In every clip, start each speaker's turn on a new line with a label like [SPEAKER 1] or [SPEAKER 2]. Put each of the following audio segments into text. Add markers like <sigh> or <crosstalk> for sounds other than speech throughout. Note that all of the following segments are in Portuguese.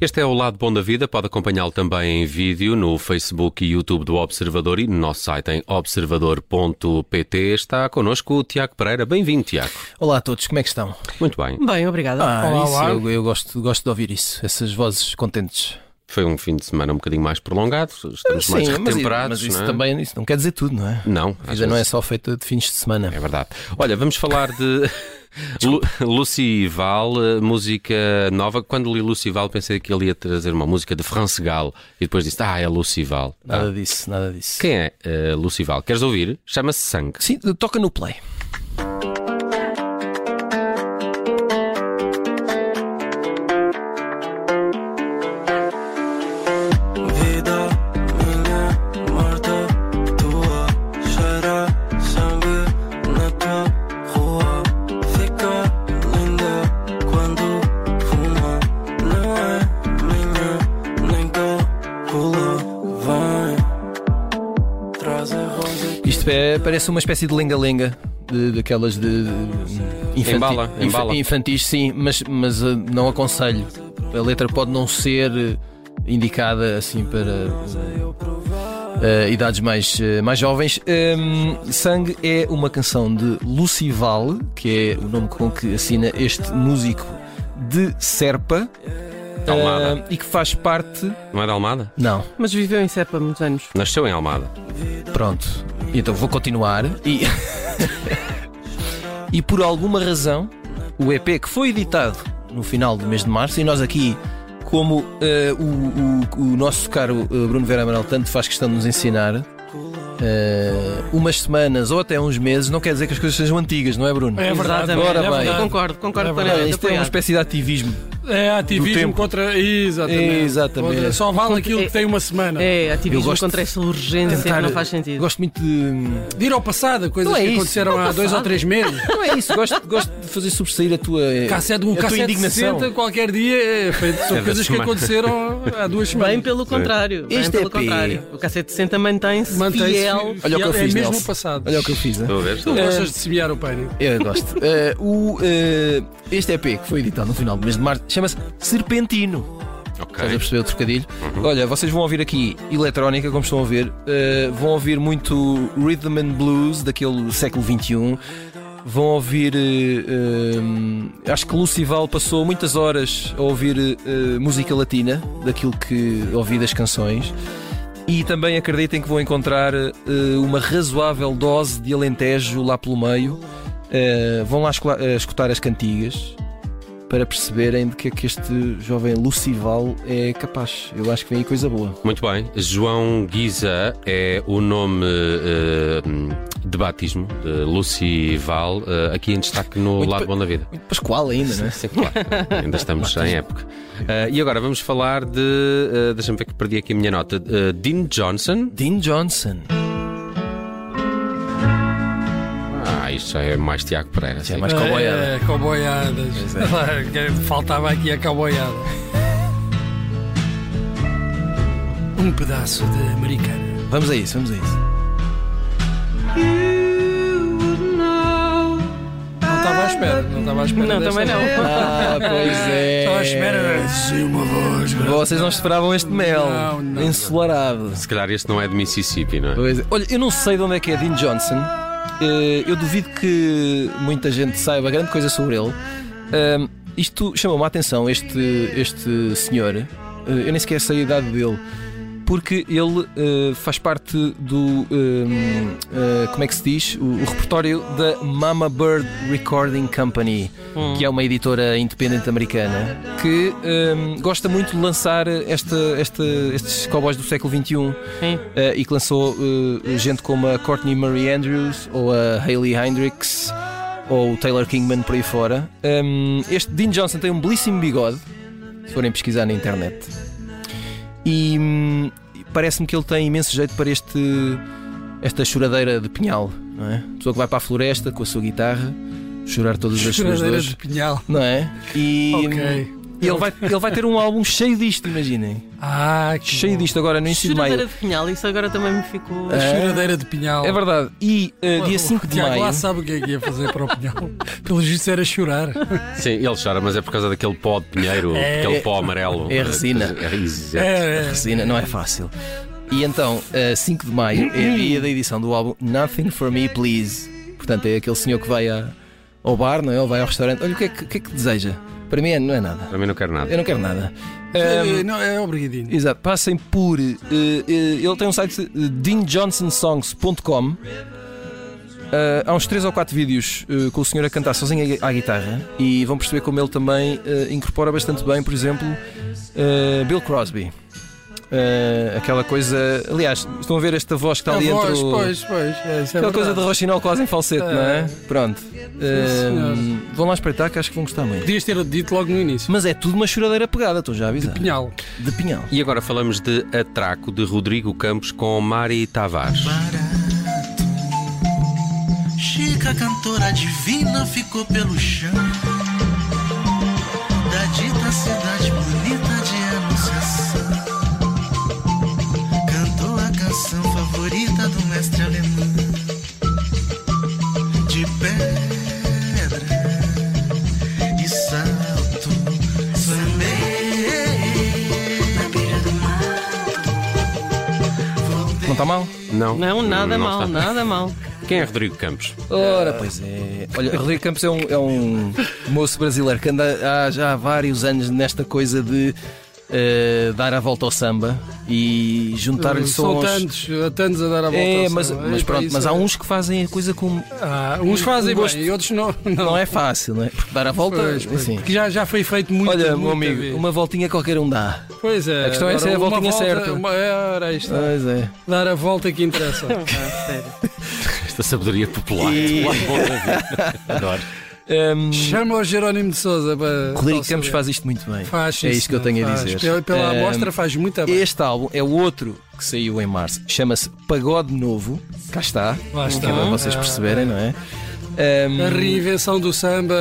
[SPEAKER 1] Este é o Lado Bom da Vida. Pode acompanhá-lo também em vídeo no Facebook e YouTube do Observador e no nosso site em observador.pt. Está connosco o Tiago Pereira. Bem-vindo, Tiago.
[SPEAKER 2] Olá a todos, como é que estão?
[SPEAKER 1] Muito bem.
[SPEAKER 3] Bem, obrigada.
[SPEAKER 2] Ah,
[SPEAKER 3] Olá,
[SPEAKER 2] isso,
[SPEAKER 3] olá.
[SPEAKER 2] Eu, eu gosto, gosto de ouvir isso, essas vozes contentes.
[SPEAKER 1] Foi um fim de semana um bocadinho mais prolongado. Estamos mais
[SPEAKER 2] mas, i-
[SPEAKER 1] retemperados.
[SPEAKER 2] mas isso
[SPEAKER 1] não é?
[SPEAKER 2] também isso não quer dizer tudo, não é?
[SPEAKER 1] Não,
[SPEAKER 2] A
[SPEAKER 1] às
[SPEAKER 2] vida não é
[SPEAKER 1] vezes-
[SPEAKER 2] só feita de fins de semana.
[SPEAKER 1] É verdade. Olha, vamos falar
[SPEAKER 2] <laughs>
[SPEAKER 1] de Lu Lucy Val, eh, música nova. Quando li Lucy Val, pensei que ele ia trazer uma música de France Gall e depois disse: Ah, é Lucy Val. Ah,
[SPEAKER 2] Nada disso, nada disso.
[SPEAKER 1] Quem é eh, Lucy Val? Queres ouvir? Chama-se Sangue.
[SPEAKER 2] Sim, toca no play.
[SPEAKER 4] Vida minha morta tua Cheira sangue na tua rua Fica linda quando fuma Não é minha nem calcula Vem, traz a rosa que
[SPEAKER 2] Isto é, parece uma espécie de lenga-lenga. de- Daquelas de. de infanti-
[SPEAKER 1] Embala,
[SPEAKER 2] infa-
[SPEAKER 1] embala.
[SPEAKER 2] Infantis, sim, mas, mas eh, não aconselho. A letra pode não ser eh, indicada assim para eh, eh, idades mais, eh, mais jovens. Hum, Sangue é uma canção de Lucival, que é o nome com que assina este músico de Serpa.
[SPEAKER 1] Almada.
[SPEAKER 2] eh, e que faz parte.
[SPEAKER 1] Não é da Almada?
[SPEAKER 2] Não,
[SPEAKER 3] Mas viveu em Cepa muitos anos.
[SPEAKER 1] Nasceu em Almada.
[SPEAKER 2] Pronto, então vou continuar e. <laughs> e por alguma razão, o EP que foi editado no final do mês de março, e nós aqui, como eh, o, o- o nosso caro eh, Bruno Vera Amaral tanto faz questão de nos ensinar, eh, umas semanas ou até uns meses, não quer dizer que as coisas sejam antigas, não é, Bruno?
[SPEAKER 3] É verdade,
[SPEAKER 2] Ora
[SPEAKER 3] é
[SPEAKER 2] bem.
[SPEAKER 3] verdade. Concordo, concordo
[SPEAKER 2] É verdade,
[SPEAKER 3] plenamente.
[SPEAKER 2] Isto é uma
[SPEAKER 3] apoiado.
[SPEAKER 2] espécie de ativismo.
[SPEAKER 5] É
[SPEAKER 2] Do
[SPEAKER 5] ativismo
[SPEAKER 2] tempo.
[SPEAKER 5] contra. Exatamente.
[SPEAKER 2] Exatamente.
[SPEAKER 5] Contra- Só vale aquilo
[SPEAKER 3] É-
[SPEAKER 5] que tem uma semana.
[SPEAKER 3] É, ativismo
[SPEAKER 2] Eu gosto
[SPEAKER 3] contra essa urgência
[SPEAKER 2] tentar-
[SPEAKER 3] que não faz sentido.
[SPEAKER 2] Gosto muito de.
[SPEAKER 5] De ir ao passado, coisas
[SPEAKER 2] Não é
[SPEAKER 5] que
[SPEAKER 2] isso.
[SPEAKER 5] aconteceram há dois ou três
[SPEAKER 2] <laughs>
[SPEAKER 5] meses.
[SPEAKER 2] Não é isso, gosto, gosto de fazer sobressair a tua.
[SPEAKER 5] Cassete, um
[SPEAKER 2] É. a tua
[SPEAKER 5] cassete de
[SPEAKER 2] indignação.
[SPEAKER 5] 60, qualquer dia, é, feito- são
[SPEAKER 1] Cada
[SPEAKER 5] coisas que
[SPEAKER 1] semana.
[SPEAKER 5] aconteceram há duas
[SPEAKER 3] Bem
[SPEAKER 5] semanas.
[SPEAKER 3] pelo contrário. Bem
[SPEAKER 2] Este
[SPEAKER 3] pelo
[SPEAKER 2] EP.
[SPEAKER 3] contrário. O Cacete 60 mantém-se
[SPEAKER 5] Mantém-se
[SPEAKER 3] fiel. Eh,
[SPEAKER 5] fiel.
[SPEAKER 2] Olha o que eu
[SPEAKER 5] é
[SPEAKER 2] fiz,
[SPEAKER 5] mesmo
[SPEAKER 2] Nelson.
[SPEAKER 5] o passado.
[SPEAKER 2] Olha o que eu fiz, né?
[SPEAKER 1] Estou a ver?
[SPEAKER 5] Tu
[SPEAKER 1] Estou a ver.
[SPEAKER 5] gostas de semear o pânico.
[SPEAKER 2] Eu gosto. Eh, o, eh, este EP que foi editado no final do mês de março chama-se Serpentino.
[SPEAKER 1] Ok.
[SPEAKER 2] Estás a perceber o trocadilho? Olha, vocês vão ouvir aqui eletrónica, como estão a ver, eh, vão ouvir muito rhythm and blues daquele século XXI. Vão ouvir. eh, eh, acho que Lucival passou muitas horas a ouvir eh, música latina, daquilo que ouvi das canções. E também acreditem que vão encontrar eh, uma razoável dose de alentejo lá pelo meio. Eh, vão lá escola- eh, escutar as cantigas para perceberem de que é que este jovem Lucival é capaz. Eu acho que vem aí coisa boa.
[SPEAKER 1] Muito bem. João Guisa é o nome eh, de batismo de Lucy Val, eh, aqui em destaque no
[SPEAKER 2] Muito
[SPEAKER 1] Lado
[SPEAKER 2] pa-
[SPEAKER 1] Bom da Vida.
[SPEAKER 2] Pascoal ainda, não é?
[SPEAKER 1] Sim, claro. Ainda estamos em época. Eh, e agora vamos falar de. eh, Deixa-me ver que perdi aqui a minha nota. Eh, Dean Johnson.
[SPEAKER 2] <laughs> Dean Johnson.
[SPEAKER 1] Ah, isto já é mais Tiago Pereira.
[SPEAKER 2] Já é
[SPEAKER 1] sim.
[SPEAKER 2] mais cowboyada.
[SPEAKER 5] É, cowboyadas.
[SPEAKER 2] é.
[SPEAKER 5] <laughs> Faltava aqui a cowboyada. Um pedaço de americana.
[SPEAKER 2] Vamos a isso, vamos a isso.
[SPEAKER 5] Não estava à espera. Não estava à espera.
[SPEAKER 3] Não,
[SPEAKER 5] desta
[SPEAKER 3] também não.
[SPEAKER 5] vez.
[SPEAKER 2] Ah,
[SPEAKER 5] <laughs>
[SPEAKER 2] pois é.
[SPEAKER 5] Estava à espera. Sim, uma voz.
[SPEAKER 2] Vocês não esperavam este mel.
[SPEAKER 5] Não, não,
[SPEAKER 2] ensolarado.
[SPEAKER 1] Se calhar este não é de Mississippi, não é?
[SPEAKER 2] Pois é. Olha, eu não sei de onde é que é Dean Johnson. Eh, Eu duvido que muita gente saiba grande coisa sobre ele. Ahm, Isto chamou-me a atenção, este, este senhor. Eh, Eu nem sequer sei a idade dele. Porque ele eh, faz parte do. ehm, eh, como é que se diz? O, o repertório da Mama Bird Recording Company,
[SPEAKER 3] Ah,
[SPEAKER 2] que
[SPEAKER 3] hum.
[SPEAKER 2] é uma editora independente americana, que ehm, gosta muito de lançar esta, esta, estes cowboys do século XXI.
[SPEAKER 3] Sim.
[SPEAKER 2] Eh, e que lançou eh, gente como a Courtney Marie Andrews ou a Hayley Hendricks ou o Taylor Kingman por aí fora. Um, este Dean Johnson tem um belíssimo bigode, se forem pesquisar na internet. E hum, parece-me que ele tem imenso jeito para este esta choradeira de pinhal, não é? Pessoa que vai para a floresta com a sua guitarra, chorar todas as suas
[SPEAKER 5] Choradeira de
[SPEAKER 2] dores,
[SPEAKER 5] pinhal.
[SPEAKER 2] não é? E
[SPEAKER 5] Ok.
[SPEAKER 2] e ele vai, ele vai ter um álbum cheio disto, imaginem.
[SPEAKER 5] Ah, que
[SPEAKER 2] Cheio
[SPEAKER 5] bom.
[SPEAKER 2] disto agora no início de
[SPEAKER 3] Choradeira
[SPEAKER 2] maio.
[SPEAKER 3] de Pinhal, isso agora também me ficou.
[SPEAKER 5] A
[SPEAKER 2] É.
[SPEAKER 5] choradeira de pinhal.
[SPEAKER 2] É verdade. E eh,
[SPEAKER 5] O
[SPEAKER 2] dia 5 de
[SPEAKER 5] Tiago
[SPEAKER 2] maio.
[SPEAKER 5] lá sabe o que é que ia fazer para o
[SPEAKER 2] <laughs>
[SPEAKER 5] pinhal. Pelo visto era chorar.
[SPEAKER 1] Sim, ele chora, mas é por causa daquele pó de pinheiro,
[SPEAKER 5] É-
[SPEAKER 1] aquele pó amarelo.
[SPEAKER 2] é resina.
[SPEAKER 1] É, exato.
[SPEAKER 5] É, é.
[SPEAKER 2] Resina, não é fácil. E então, eh, 5 de maio
[SPEAKER 5] <clears throat>
[SPEAKER 2] é dia da edição do álbum Nothing for Me, Please. Portanto, é aquele senhor que vai a- ao bar, não é? Ou vai ao restaurante. Olha, o que é que, o que é que deseja? Para mim, é- não é nada.
[SPEAKER 1] Para mim não quero nada.
[SPEAKER 2] Eu não quero nada. Eh,
[SPEAKER 5] É,
[SPEAKER 2] Ahm,
[SPEAKER 5] não, é obrigadinho.
[SPEAKER 2] Exato, passem por. eh, eh, ele tem um site eh, deanjohnsonsongs.com. Ah, há uns 3 ou 4 vídeos eh, com o senhor a cantar sozinho à à guitarra e vão perceber como ele também eh, incorpora bastante bem, por exemplo, eh, Bill Crosby. Ah, aquela coisa. Aliás, estão a ver esta voz que está
[SPEAKER 5] A
[SPEAKER 2] ali
[SPEAKER 5] voz,
[SPEAKER 2] entre o.
[SPEAKER 5] pois, pois. É, isso é
[SPEAKER 2] Aquela
[SPEAKER 5] verdade.
[SPEAKER 2] coisa de roxinol quase em falsete,
[SPEAKER 5] É.
[SPEAKER 2] não é? Pronto.
[SPEAKER 5] senhor.
[SPEAKER 2] Ah, vão lá espreitar que acho que vão gostar muito.
[SPEAKER 5] Podias ter dito logo no início.
[SPEAKER 2] Mas é tudo uma choradeira pegada, estou já a avisar.
[SPEAKER 5] Pinhal.
[SPEAKER 2] De pinhão.
[SPEAKER 1] E agora falamos de Atraco de Rodrigo Campos com Mari Tavares.
[SPEAKER 6] barato. Chica, cantora divina, ficou pelo chão. Da dita cidade bonita de Anunciação. Cantou a canção favorita do mestre alemão. De pedra e salto. Sambei na beira do mar.
[SPEAKER 2] Não está mal?
[SPEAKER 1] Não,
[SPEAKER 3] Não, nada
[SPEAKER 1] não
[SPEAKER 3] mal,
[SPEAKER 1] está.
[SPEAKER 3] nada mal.
[SPEAKER 1] Quem é Rodrigo Campos?
[SPEAKER 2] Ora, pois é. Olha, Rodrigo Campos é um, é um moço brasileiro que anda há já há vários anos nesta coisa de eh, dar a volta ao samba e juntar-lhe
[SPEAKER 5] São
[SPEAKER 2] sons.
[SPEAKER 5] tantos, há tantos a dar a Hum, volta.
[SPEAKER 2] É,
[SPEAKER 5] ao
[SPEAKER 2] mas,
[SPEAKER 5] céu.
[SPEAKER 2] mas
[SPEAKER 5] É,
[SPEAKER 2] pronto,
[SPEAKER 5] isso
[SPEAKER 2] mas há
[SPEAKER 5] é-
[SPEAKER 2] uns que fazem a coisa como.
[SPEAKER 5] Ah, uns fazem
[SPEAKER 2] gosto-
[SPEAKER 5] bem e outros não.
[SPEAKER 2] Não é fácil, não é? Porque dar a volta.
[SPEAKER 5] Pois, pois,
[SPEAKER 2] assim.
[SPEAKER 5] porque já, já foi feito muito.
[SPEAKER 2] Olha, meu
[SPEAKER 5] muita
[SPEAKER 2] amigo,
[SPEAKER 5] vez.
[SPEAKER 2] uma voltinha qualquer um dá.
[SPEAKER 5] Pois é.
[SPEAKER 2] a questão é
[SPEAKER 5] agora
[SPEAKER 2] se é a
[SPEAKER 5] uma
[SPEAKER 2] voltinha
[SPEAKER 5] volta,
[SPEAKER 2] certa.
[SPEAKER 5] Uma, é, ora, isto,
[SPEAKER 2] Pois é.
[SPEAKER 5] dar a volta que interessa. <laughs>
[SPEAKER 3] Ah, sério.
[SPEAKER 1] Esta sabedoria popular.
[SPEAKER 2] E-
[SPEAKER 1] Lá vou ouvir. Adoro.
[SPEAKER 2] Hum,
[SPEAKER 5] Chama o Jerónimo de Souza para.
[SPEAKER 2] Rodrigo
[SPEAKER 5] para
[SPEAKER 2] Campos
[SPEAKER 5] saber.
[SPEAKER 2] faz isto muito bem.
[SPEAKER 5] Faz,
[SPEAKER 2] É
[SPEAKER 5] sim,
[SPEAKER 2] isto que eu
[SPEAKER 5] senhor,
[SPEAKER 2] tenho a
[SPEAKER 5] faz.
[SPEAKER 2] dizer. Ehm,
[SPEAKER 5] Pela, pela
[SPEAKER 2] Ahm,
[SPEAKER 5] amostra faz muito Tá bem.
[SPEAKER 2] Este álbum é o outro que saiu em março. Chama-se Pagode Novo. Cá está.
[SPEAKER 5] Lá
[SPEAKER 2] Que
[SPEAKER 5] está.
[SPEAKER 2] é para vocês
[SPEAKER 5] Ah,
[SPEAKER 2] perceberem, não é?
[SPEAKER 5] A
[SPEAKER 2] Ahm,
[SPEAKER 5] reinvenção do samba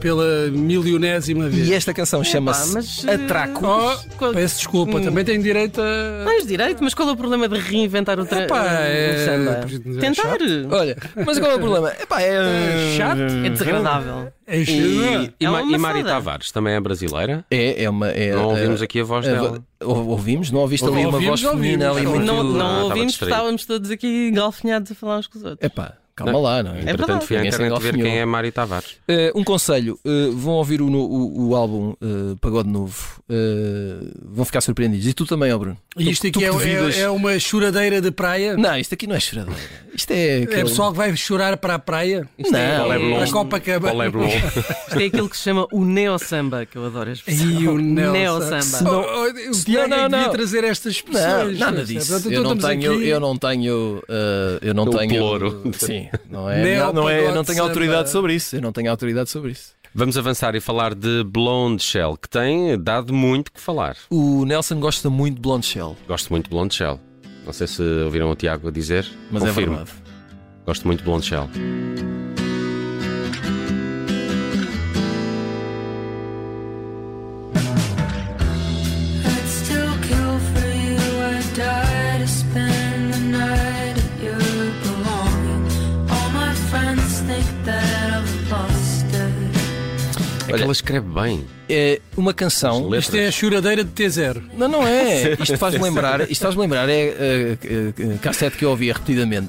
[SPEAKER 5] pela milionésima vez.
[SPEAKER 2] e esta canção
[SPEAKER 3] Pá,
[SPEAKER 2] <laughs> chama-se
[SPEAKER 3] mas, eh,
[SPEAKER 2] Atraco.
[SPEAKER 5] Oh,
[SPEAKER 3] Qual-
[SPEAKER 5] peço desculpa,
[SPEAKER 2] Hum.
[SPEAKER 5] também tem direito a.
[SPEAKER 3] Tens direito, mas qual é o problema de reinventar o tra...
[SPEAKER 5] Epá, é-
[SPEAKER 3] o samba?
[SPEAKER 5] é
[SPEAKER 3] Tentar.
[SPEAKER 2] Olha, mas qual é o problema? Epá,
[SPEAKER 5] <laughs>
[SPEAKER 2] é
[SPEAKER 3] É
[SPEAKER 2] Hum.
[SPEAKER 3] desagradável.
[SPEAKER 5] É
[SPEAKER 2] E-
[SPEAKER 1] E,
[SPEAKER 3] É
[SPEAKER 1] Ma-
[SPEAKER 3] uma
[SPEAKER 1] e Mari
[SPEAKER 3] amassada.
[SPEAKER 1] Tavares também é brasileira?
[SPEAKER 2] É, é uma. É,
[SPEAKER 1] Não
[SPEAKER 2] é-
[SPEAKER 1] ouvimos aqui a voz
[SPEAKER 2] é-
[SPEAKER 1] dela.
[SPEAKER 2] ou- Ouvimos? Não ouviste
[SPEAKER 5] Ouvi-
[SPEAKER 2] ali uma
[SPEAKER 5] ouvimos,
[SPEAKER 2] voz feminina ali
[SPEAKER 5] ouvimos.
[SPEAKER 2] muito.
[SPEAKER 3] Não,
[SPEAKER 1] Ah,
[SPEAKER 3] não
[SPEAKER 1] estava
[SPEAKER 3] ouvimos,
[SPEAKER 1] distraído.
[SPEAKER 3] estávamos todos aqui galfinhados a falar uns com os outros.
[SPEAKER 2] Epá, calma lá, não é?
[SPEAKER 1] Entretanto, fui à
[SPEAKER 2] ninguém se
[SPEAKER 1] internet ver
[SPEAKER 2] engalfinhou.
[SPEAKER 1] quem é Mari Tavares.
[SPEAKER 2] Eh, um conselho: eh, vão ouvir o, no- o- o álbum eh, Pagode Novo, eh, vão ficar surpreendidos. E tu também, ó Bruno.
[SPEAKER 5] E isto
[SPEAKER 2] Tu- tu
[SPEAKER 5] aqui é,
[SPEAKER 2] que devidas-
[SPEAKER 5] é, é uma choradeira de praia?
[SPEAKER 2] Não, isto aqui não é choradeira. Isto é.
[SPEAKER 5] É pessoal que vai chorar para a praia?
[SPEAKER 2] Não,
[SPEAKER 1] Qual é Blon?
[SPEAKER 5] A Copacabana?
[SPEAKER 1] Qual é
[SPEAKER 5] <laughs>
[SPEAKER 1] Blon?
[SPEAKER 3] Isto é aquilo que se chama o neo-samba, que eu adoro a expressão.
[SPEAKER 5] E o
[SPEAKER 3] neo-samba.
[SPEAKER 5] Oh, oh, o Tiago
[SPEAKER 2] não,
[SPEAKER 5] é que devia
[SPEAKER 2] não.
[SPEAKER 5] trazer estas
[SPEAKER 2] Não,
[SPEAKER 5] expressões.
[SPEAKER 2] nada
[SPEAKER 5] percebe?
[SPEAKER 2] disso.
[SPEAKER 5] Portanto, então,
[SPEAKER 2] Eu não,
[SPEAKER 5] estamos
[SPEAKER 2] tenho,
[SPEAKER 5] aqui-
[SPEAKER 2] eu não tenho. eh, eu não
[SPEAKER 1] O
[SPEAKER 2] tenho.
[SPEAKER 1] ploro.
[SPEAKER 2] Sim,
[SPEAKER 5] <laughs>
[SPEAKER 2] não é.
[SPEAKER 5] Neo
[SPEAKER 2] Não, não é eu não
[SPEAKER 5] pagode
[SPEAKER 2] tenho
[SPEAKER 5] samba.
[SPEAKER 2] autoridade sobre isso. Eu não tenho autoridade sobre isso.
[SPEAKER 1] Vamos avançar e falar de Blonde Shell, que tem dado muito que falar.
[SPEAKER 2] O Nelson gosta muito de Blonde Shell,
[SPEAKER 1] Gosto muito de Blonde Shell. Não sei se ouviram o Tiago a dizer.
[SPEAKER 2] mas
[SPEAKER 1] Confirmo.
[SPEAKER 2] é verdade.
[SPEAKER 1] Gosto muito de Blonde Shell.
[SPEAKER 7] I'd still kill for you. I'd die to spend the night at your belonging. All my friends think that I've lost it.
[SPEAKER 1] É que ela escreve bem.
[SPEAKER 2] É uma canção.
[SPEAKER 1] Letras.
[SPEAKER 5] Isto é a choradeira de T0.
[SPEAKER 2] Não, não é.
[SPEAKER 1] <laughs>
[SPEAKER 2] Isto faz-me lembrar. Isto faz-me lembrar. É eh, eh, cassete que eu ouvia repetidamente.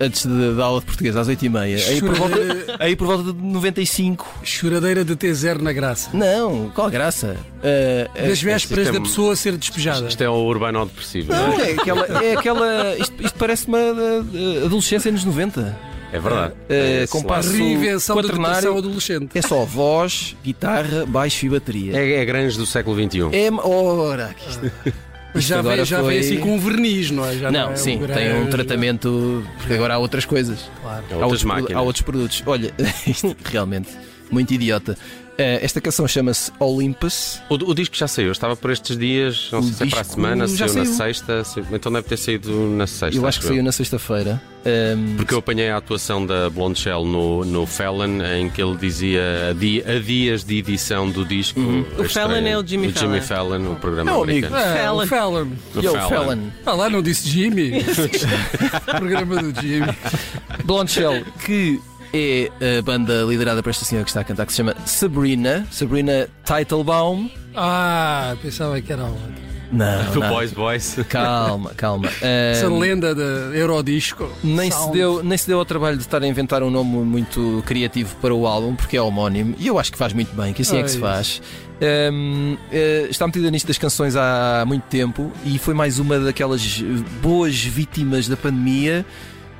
[SPEAKER 2] Antes de- da aula de português, às 8h30. É, Aí por volta,
[SPEAKER 5] Choradeira,
[SPEAKER 2] aí por volta de 95.
[SPEAKER 5] choradeira de T0 na graça.
[SPEAKER 2] Não, qual graça? Eh, eh,
[SPEAKER 5] Das vésperas
[SPEAKER 1] sistema-
[SPEAKER 5] da pessoa ser despejada.
[SPEAKER 1] Isto é o urbano depressivo, não
[SPEAKER 2] Não,
[SPEAKER 1] é?
[SPEAKER 2] é aquela. É aquela isto isto parece uma eh, adolescência nos 90.
[SPEAKER 1] É verdade.
[SPEAKER 2] Eh,
[SPEAKER 1] esse
[SPEAKER 2] com passo-
[SPEAKER 1] lado.
[SPEAKER 5] Reinvenção da
[SPEAKER 2] Quaternário.
[SPEAKER 5] depressão adolescente.
[SPEAKER 2] É só voz, guitarra, baixo e bateria.
[SPEAKER 1] É, é grande do século XXI.
[SPEAKER 2] É. Ora, que isto-
[SPEAKER 5] Mas já
[SPEAKER 2] agora
[SPEAKER 5] veio, já
[SPEAKER 2] foi-
[SPEAKER 5] veio assim com um verniz, não é? Já
[SPEAKER 2] Não,
[SPEAKER 5] é
[SPEAKER 2] sim,
[SPEAKER 5] grande-
[SPEAKER 2] tem um tratamento. Porque agora há É outras coisas.
[SPEAKER 5] Claro.
[SPEAKER 1] Há outras
[SPEAKER 2] há, outros produ- há <laughs>
[SPEAKER 1] máquinas.
[SPEAKER 2] outros produtos. Olha, isto realmente muito idiota. Eh, esta canção chama-se Olympus.
[SPEAKER 1] O, o disco já saiu, estava por estes dias, não
[SPEAKER 2] O
[SPEAKER 1] sei se é para a
[SPEAKER 2] disco
[SPEAKER 1] semana,
[SPEAKER 2] já
[SPEAKER 1] saiu, na
[SPEAKER 2] saiu.
[SPEAKER 1] sexta, saiu- então deve ter saído na sexta.
[SPEAKER 2] eu acho que
[SPEAKER 1] eu.
[SPEAKER 2] saiu na sexta-feira. Ehm,
[SPEAKER 1] Porque eu apanhei a atuação da Blonde Shell no, no Fallon, em que ele dizia a, di- a dias de edição do disco. a
[SPEAKER 3] O
[SPEAKER 1] estreia-
[SPEAKER 3] Fallon é o Jimmy
[SPEAKER 1] Jimmy Fallon, o programa
[SPEAKER 2] Não, Uhum. amigo.
[SPEAKER 1] americano.
[SPEAKER 5] É,
[SPEAKER 3] Fallon.
[SPEAKER 5] o Fallon.
[SPEAKER 1] Do
[SPEAKER 2] Yo,
[SPEAKER 1] Fallon.
[SPEAKER 2] Fallon.
[SPEAKER 5] Ah, lá não
[SPEAKER 2] <laughs>
[SPEAKER 5] disse Jimmy. Programa do Jimmy.
[SPEAKER 2] Blonde Shell, que é a banda liderada por esta senhora que está a cantar, que se chama Sabrina. Sabrina Teitelbaum.
[SPEAKER 5] Ah, pensava que era outra.
[SPEAKER 2] Não,
[SPEAKER 1] Do
[SPEAKER 2] não.
[SPEAKER 1] Boys Boys.
[SPEAKER 2] Eh, Calma, calma. Ehm,
[SPEAKER 5] Essa lenda da Eurodisco.
[SPEAKER 2] nem se,
[SPEAKER 5] Sound.
[SPEAKER 2] deu, nem se deu ao trabalho de estar a inventar um nome muito criativo para o álbum, porque é homónimo, e eu acho que faz muito bem, que assim é
[SPEAKER 5] Ah,
[SPEAKER 2] que se
[SPEAKER 5] isso.
[SPEAKER 2] faz. Ehm, eh, está metida nisto das canções há muito tempo e foi mais uma daquelas eh, boas vítimas da pandemia.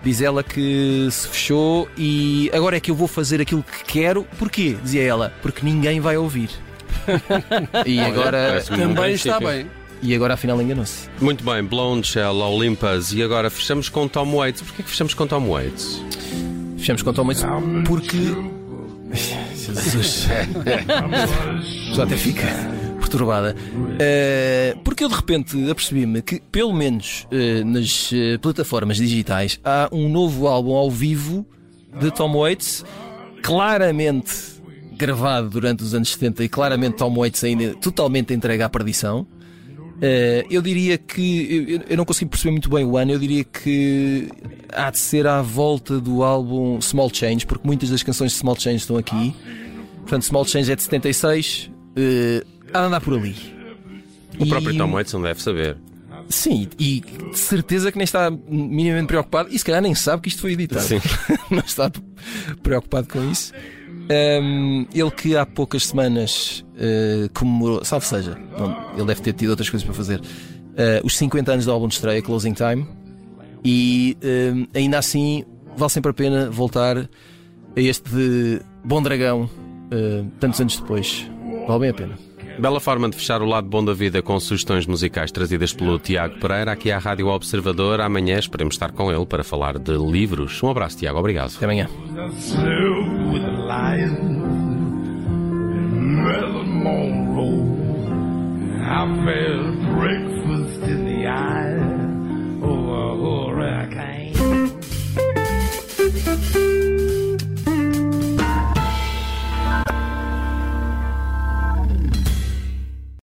[SPEAKER 2] Diz ela que se fechou e agora é que eu vou fazer aquilo que quero. Porquê? Dizia ela, porque ninguém vai ouvir. e, agora,
[SPEAKER 1] parece-me um
[SPEAKER 5] Também
[SPEAKER 1] bom
[SPEAKER 5] está
[SPEAKER 1] princípio.
[SPEAKER 5] bem.
[SPEAKER 2] e agora afinal enganou-se.
[SPEAKER 1] Muito bem, Blonde Shell, Olympus. E agora fechamos com Tom Waits. Porquê que fechamos com Tom Waits?
[SPEAKER 2] Fechamos com Tom Waits porque. Jesus. Já até fica perturbada. Eh, porque eu de repente apercebi-me que, pelo menos eh, nas eh, plataformas digitais, há um novo álbum ao vivo de Tom Waits, claramente gravado durante os anos 70 e claramente Tom Waits ainda totalmente entregue à perdição. Eh, eu diria que. eu- Eu, eu não consegui perceber muito bem o ano, eu diria que há de ser à volta do álbum Small Change, porque muitas das canções de Small Change estão aqui. Portanto, Small Change é de 76. eh, há de andar por ali.
[SPEAKER 1] O próprio Tom Waits não deve saber.
[SPEAKER 2] Sim, e de certeza que nem está minimamente preocupado. E se calhar nem sabe que isto foi editado. <laughs>
[SPEAKER 1] Sim.
[SPEAKER 2] não está preocupado com isso. Ahm, ele que há poucas semanas eh, comemorou, salvo seja, não, ele deve ter tido outras coisas para fazer, eh, os 50 anos do álbum de estreia, Closing Time, e ahm, ainda assim vale sempre a pena voltar a este de Bom Dragão, eh, tantos anos depois. Vale bem a pena.
[SPEAKER 1] Bela forma de fechar o lado bom da vida com sugestões musicais trazidas pelo Tiago Pereira aqui à Rádio Observador. Amanhã esperemos estar com ele para falar de livros. Um abraço, Tiago. Obrigado.
[SPEAKER 2] Até amanhã.
[SPEAKER 8] Slew with a lion and Marilyn Monroe. I fell breakfast in